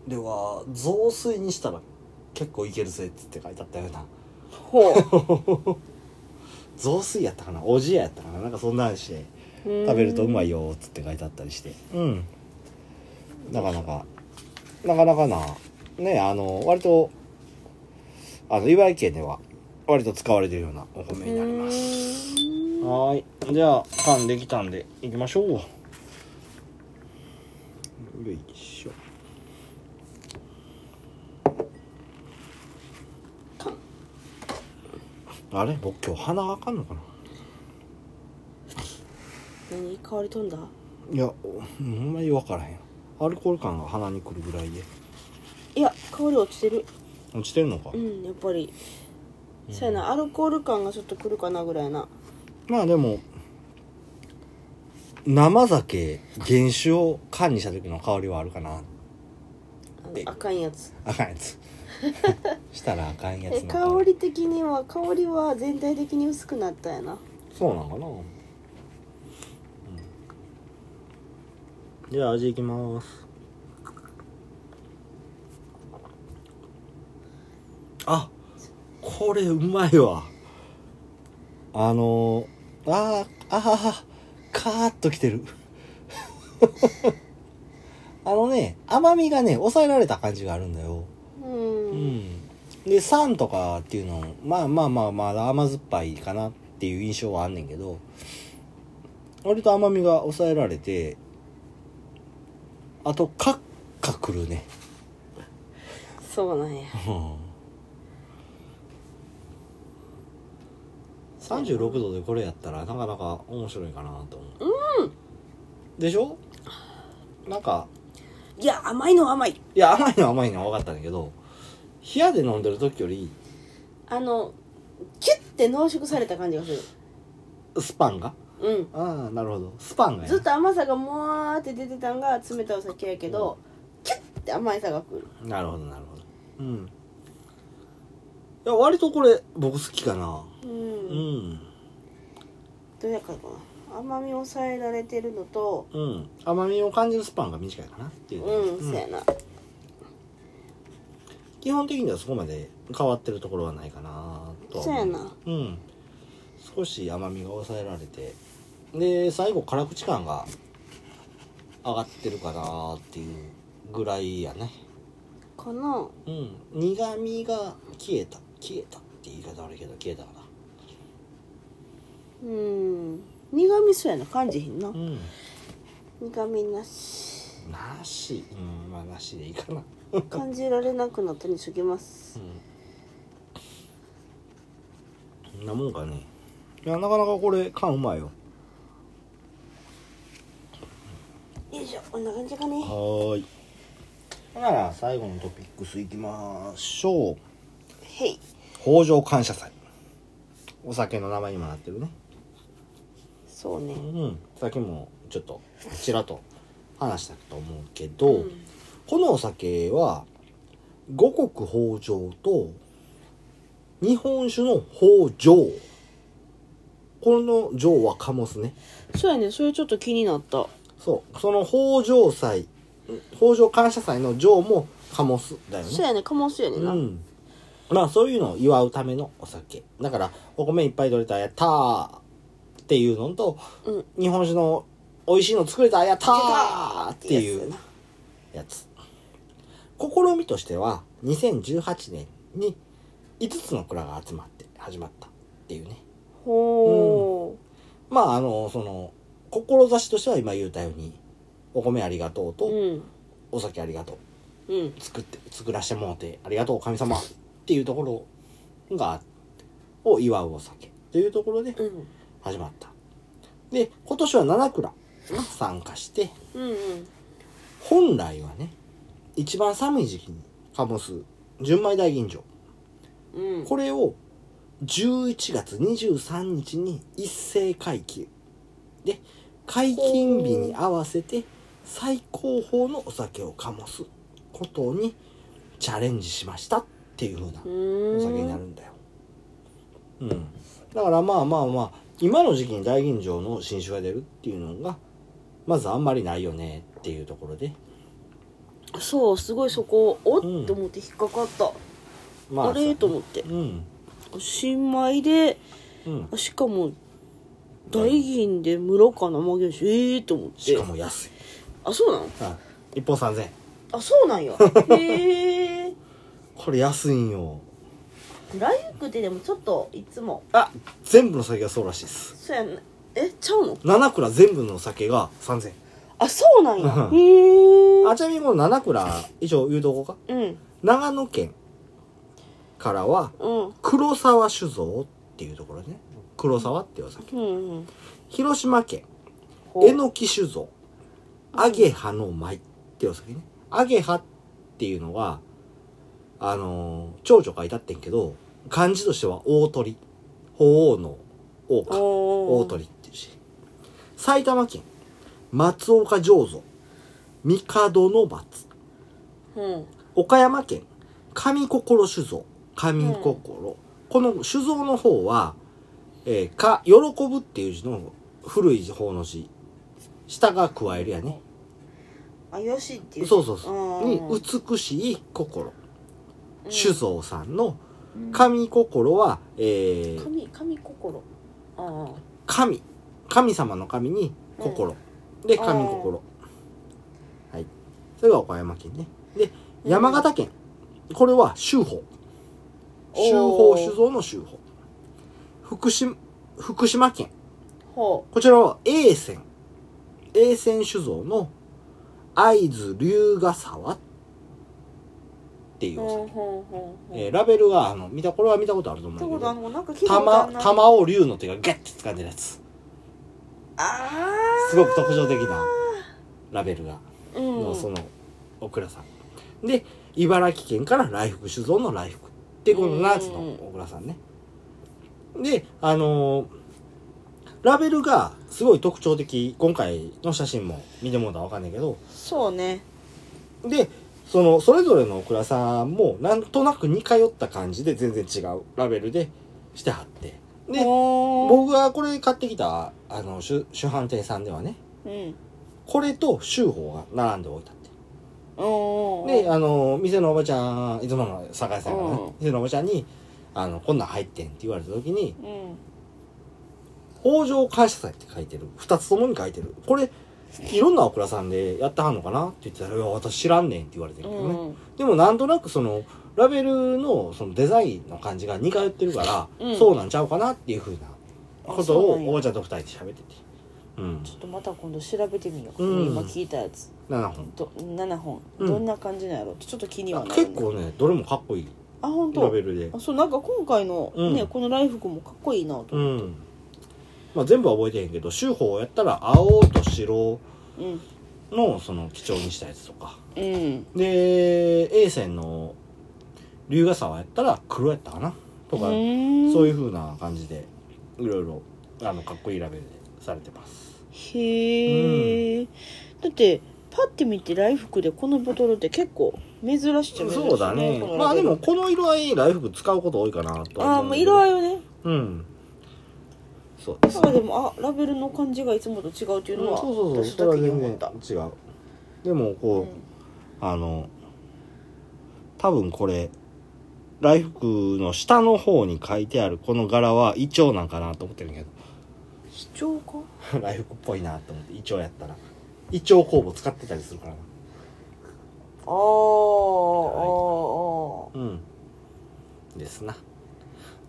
A: では、雑炊にしたら結構いけるぜっつって書いてあったような。
B: ほう
A: 雑炊やったかなおじややったかななんかそんなんして。
B: 食
A: 食べるとうまいよっつって書いてあったりしてうんなかなかなかなかなねあの割とあの岩井県では割と使われてるようなお米になりますはーいじゃあパンできたんでいきましょうよいしょあれ僕今日鼻があかんのかな
B: 何香り飛んだ
A: いやおほんまに分からへんアルコール感が鼻にくるぐらいで
B: いや香り落ちてる
A: 落ちてんのか、
B: うんやっぱりそうやなアルコール感がちょっとくるかなぐらいな
A: まあでも生酒原酒を缶にした時の香りはあるかな
B: あの
A: で
B: 赤いやつ
A: あかんや つしたらあかんや
B: え
A: つの
B: 香り的には香りは全体的に薄くなったやな
A: そうなんかな、うんじゃあ味いきますあこれうまいわあのー、あーああカーッときてる あのね甘みがね抑えられた感じがあるんだよ
B: う
A: うんんで酸とかっていうのまあまあまあまだ甘酸っぱいかなっていう印象はあんねんけど割と甘みが抑えられてあとカッカくる ね
B: そうなんや
A: 36度でこれやったらなかなか面白いかなと思ううんでしょなんか
B: いや甘いのは甘い
A: いや甘いのは甘いのは分かったんだけど冷やで飲んでる時より
B: あのキュッて濃縮された感じがする
A: スパンが
B: うん
A: ああなるほどスパンがやな
B: ずっと甘さがもわーって出てたんが冷たいお酒やけど、キュッて甘いさがくる
A: なるほどなるほどうんいや割とこれ僕好きかな
B: うん、
A: うん
B: どうやからかな甘み抑えられてるのと
A: うん甘みを感じるスパンが短いかなっていう、
B: うん、
A: うん
B: そうやな
A: 基本的にはそこまで変わってるところはないかなとは
B: そうやな
A: うん少し甘みが抑えられてで最後辛口感が上がってるかなっていうぐらいやね
B: この
A: うん苦みが消えた消えたって言い方悪いけど消えたかな
B: うん苦味そうやな感じひんな
A: うん
B: 苦味なし
A: なしうんまあなしでいいかな
B: 感じられなくなったにしときます
A: こんなもんかねいやなかなかこれ缶うまいよ
B: よいしょこんな感じかね
A: はーいほんなら最後のトピックスいきましょう
B: へい
A: 北条感謝祭お酒の名前にもなってるね
B: そうね
A: うんさっきもちょっとちらっと話したと思うけど、
B: うん
A: このお酒は五穀豊穣と日本酒の豊穣この穣はカモスね
B: そうやねそれちょっと気になった
A: そうその豊穣祭豊穣感謝祭の穣もカモスだよ
B: そう
A: ね
B: やねかもすやねん
A: う
B: な、
A: んまあそういうのを祝うためのお酒だからお米いっぱい取れたやったーっていうのと、
B: うん
A: 日本酒の美味しいの作れたやったーっ
B: っててい
A: いううやつ試みとしては2018年に5つの蔵が集まって始まったっていうね
B: ほ
A: まああのその志としては今言うたようにお米ありがとう
B: う
A: と
B: うん
A: お酒ありがとう
B: うん
A: 作って作らしてもろてありがとう神様っていうところがあってを祝うお酒というところで
B: うん
A: 始まったで今年は7蔵が参加して
B: うんうん
A: 本来はね一番寒い時期にカモス純米大吟醸
B: うん
A: これを11月23日に一斉解禁で解禁日に合わせて最高峰のお酒を醸すことにチャレンジしましたっていう風な
B: う
A: お
B: ー
A: 酒に
B: ん
A: なるんだようんだからまあまあまあ今の時期に大吟醸の新酒が出るっていうのがまずあんまりないよねっていうところで
B: そうすごいそこおっ、
A: うん
B: と思って引っかかった
A: ま
B: あれ
A: さ
B: と思って
A: うん
B: 新米で
A: うん
B: しかも大銀で室かな曲げるしええー、と思って
A: しかも安い
B: あそうなん
A: あ1本3000円
B: あそう なんやへえ
A: これ安いんよ
B: ライクってでもちょっといつも
A: あ全部の酒がそうらしいです
B: そうやなえちゃうの
A: 7蔵全部の酒が3000
B: あそうなんや
A: うん
B: へえ
A: 円あちなみにこの7蔵以上言うとこか
B: うん
A: 長野県からは
B: うん
A: 黒沢酒造っていうところね黒沢っていうお酒
B: うんうん
A: 広島県
B: ほう
A: えのき酒造アゲハの舞っていうお酒ねアゲハっていうのはあのー蝶々書いてあってんけど漢字としては大鳥鳳凰の王か
B: お
A: 大鳥っていうし埼玉県松岡醸造帝の松
B: うん
A: 岡山県上心酒造上心、この酒造の方は、えーか喜ぶっていう字の古い方の字下が加えるやね
B: あよしっていう
A: そうそうそうに
B: ん
A: 美しい心
B: うん
A: 酒造さんの
B: うん
A: 上心は、えー
B: 神神心ああ
A: 神神様の神に心、で
B: あー
A: 神心はいそれが岡山県ねで
B: うん
A: 山形県、これは州法
B: おー
A: 州法酒造の州法福島福島県
B: ほ
A: こちらは永泉永泉酒造の会津龍ヶ沢っていううお酒
B: ほうほうほうほう
A: えーラベルがあの見たこれは見たことあると思うん
B: って
A: だけ
B: こと
A: ど
B: あのなんか聞いたことあ
A: 玉
B: るな
A: 玉を龍の手がガッて掴んでるやつ
B: あー
A: すごく特徴的なラベルが
B: うん
A: のそのオクラさんで茨城県から来福酒造の来福でこの7つのオクラさんねであのーラベルがすごい特徴的今回の写真も見てもらったらわかんないけど
B: そうね
A: でそのそれぞれのオクラさんもなんとなく似通った感じで全然違うラベルでしてはってで
B: おー
A: 僕がこれ買ってきたあの主主販店さんではね
B: うん
A: これと州法が並んで置いたって
B: おー
A: であの店のおばちゃんいつもの酒井さんがね、
B: うん
A: 店のおばちゃんにあの「こんなん入ってん」って言われた時に
B: うん
A: 「北条感謝祭」って書いてる2つともに書いてるこれいろんなお蔵さんでやってはんのかなって言ってたら「いや私知らんねん」って言われてるけどね、
B: うん
A: でもなんとなくそのラベルのそのデザインの感じが似通ってるから、
B: うん
A: そうなんちゃうかなっていうふうなこと
B: あそうなん
A: を
B: や
A: おばちゃんと2人で喋っててうん
B: ちょっとまた今度調べてみよう、
A: うん
B: 今聞いたやつ
A: 7本
B: ど7本、
A: うん
B: どんな感じなんやろうちょっと気にはなるね
A: 結構ねどれもかっこいい
B: あ本
A: ラ
B: 当
A: ベルで
B: あそうなんか今回の、
A: うん
B: ねこのライフ君もかっこいいなと
A: う
B: 思って
A: んまあ全部は覚えてへんけど州法やったら青と白
B: うん
A: のその基調にしたやつとか
B: うん
A: で A 線の龍ヶ沢やったら黒やったかなとかそう
B: い
A: いう風な感じでいろいろあのかっこいいラベルでされてます
B: へえ、だってパッて見て来福でこのボトルって結構珍しいじゃない
A: そうだねまあでもこの色合い来福使うこと多いかなと
B: ああーもう色合
A: い
B: いをね
A: うんそうです
B: あでもあラベルの感じがいつもと違うっていうのは
A: そうそうそう
B: 私
A: そ
B: だ
A: れは
B: けに
A: 全
B: 思
A: 然
B: った
A: 違うでもこう、
B: うん
A: あの多分これ来福の下の方に書いてあるこの柄はイチョウなんかなと思ってるんや
B: 貴重か
A: けど 来福っぽいなと思ってイチョウやったらイチョウ酵母使ってたりするからな
B: あーあーあー
A: うんですな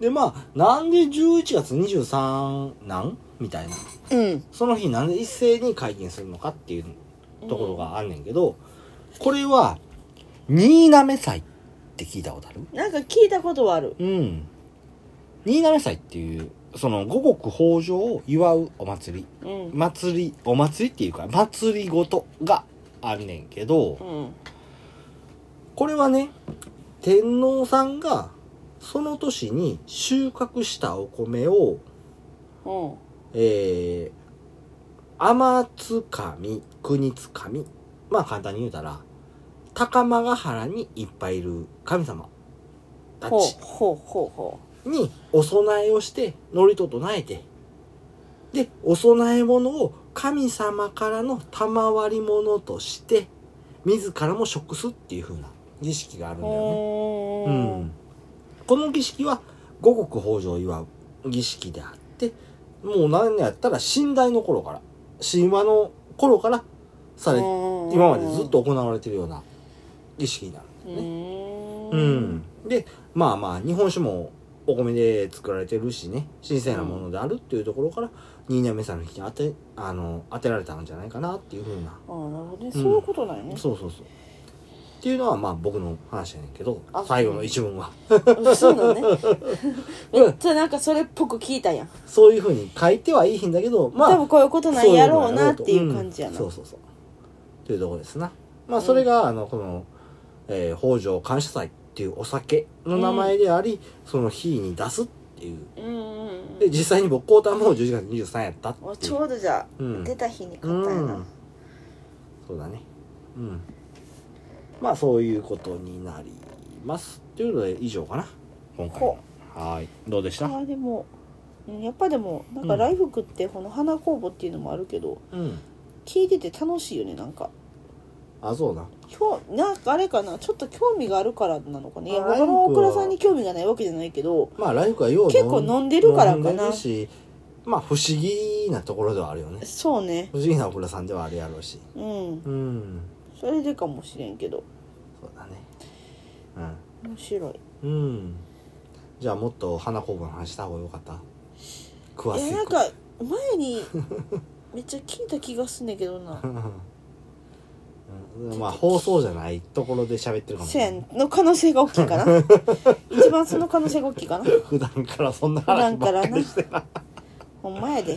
A: でまあなんで11月23なんみたいな
B: うん
A: その日なんで一斉に解禁するのかっていうところがあんねんけど、これは新滑祭って聞いたことある
B: なんか聞いたことはある
A: うん新滑祭っていうその五穀豊穣を祝うお祭り
B: うんうん
A: 祭りお祭りっていうか祭りごとがあんねんけど、これはね天皇さんがその年に収穫したお米を
B: うん
A: えー、天津神、国津神。まあ簡単に言うたら、高間原にいっぱいいる神様た
B: ほう
A: ち
B: ほうほうほ
A: にお供えをして、祝詞と唱えて、で、お供え物を神様からの賜り物として、自らも食すっていう風な儀式があるん
B: う
A: だよね。
B: ほ
A: う
B: ー
A: ん、この儀式は五穀豊穣を祝う儀式であってもう何年やったら寝台の頃から神話の頃からされ
B: うん
A: 今までずっと行われてるような儀式になる
B: うん
A: だよね。
B: ん
A: うん、でまあまあ日本酒もお米で作られてるしね神聖なものであるっていうところから新浪さんの日に当てあの当てられたんじゃないかなっていうふうな、
B: ああなるほどねそういうことなんやね
A: そうそうそう。っていうのはまあ僕の話やねんけど
B: あ
A: 最後の一文は。
B: そうだね めっちゃなんかそれっぽく聞いたやん
A: そういうふうに書いてはいいんだけど、まあ、
B: 多分こういうことなん
A: そう
B: や
A: の
B: ろうなっていう感じや
A: うん
B: な
A: そうそうそう。というところですな。まあ、それが、あの、この、えー北条感謝祭っていうお酒の名前であり、その日に出すっていう。
B: うんうん
A: で、実際に僕、コータも11月23やったってい
B: うん
A: う。
B: ちょうどじゃあ
A: うん
B: 出た日に買ったや
A: うん
B: な
A: そうだね。うん。まあ、そういうことになります。ということで、以上かな。今回
B: ほ
A: の。はーい。どうでした
B: あーでもうんやっぱでもなんか来福ってこの花工房っていうのもあるけど
A: うん。
B: 聞いてて楽しいよねなんか
A: あ、そうな。
B: 今日なんかあれかなちょっと興味があるからなのかねいや
A: あー
B: 他の大倉
A: ライフは
B: さんに興味がないわけじゃないけど
A: まあライフがよう
B: 結構飲んでるからかな
A: 飲んでるしまあ不思議なところではあるよね
B: そうね
A: 不思議なお風呂さんではあるやろうし
B: うん
A: うん
B: それでかもしれんけど
A: そうだね
B: 面白い
A: うん、うん、じゃあもっと花工房の話した方がよかった詳
B: い
A: し
B: や
A: い
B: なんか前にめっちゃ聞いた気がすんねんけどな
A: うんまあ放送じゃないところで喋ってるかもし
B: せ
A: れ
B: や
A: ない
B: んの可能性が大きいかな一番その可能性が大きいかな
A: 普段からそんな
B: 普段
A: 話ば
B: か
A: っ
B: ら
A: か
B: な
A: りしてる
B: ほんまやで
A: うん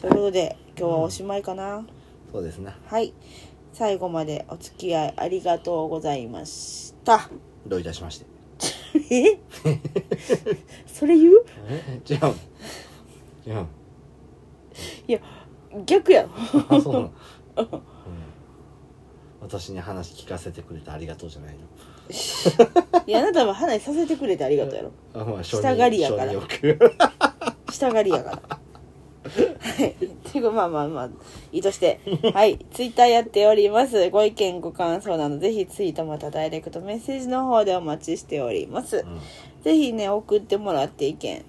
B: ということで今日はおしまいかな、
A: そうですね
B: はい最後までお付き合いありがとうございました
A: どういたしまして
B: えそれ言う
A: え違う違 う
B: いや逆やろ
A: あそうなの、うん私に話聞かせてくれてありがとうじゃないの
B: いやあなたは話させてくれてありがとうやろ
A: あまあ承認
B: 下狩りやから
A: 承認欲
B: 下狩りやからはいていうかまあまあまあいいとしてはいツイッターやっておりますご意見ご感想などぜひツイートまたダイレクトメッセージの方でお待ちしております
A: うん
B: ぜひね、送ってもらって意見、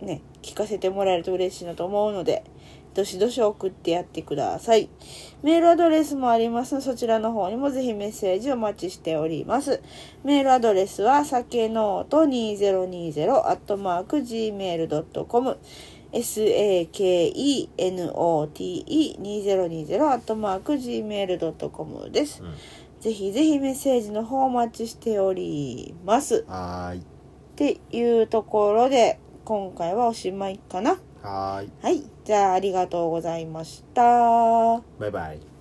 B: ね、聞かせてもらえると嬉しいなと思うので、どしどし送ってやってください。メールアドレスもありますので、そちらの方にもぜひメッセージお待ちしております。メールアドレスは、さけのうと2020アットマーク gmail.com sakenote2020 アットマーク gmail.com です。
A: うん
B: ぜひぜひメッセージの方お待ちしております。
A: はーい
B: っていうところで今回はおしまいかな
A: はーい
B: はいじゃあありがとうございました
A: バイバイ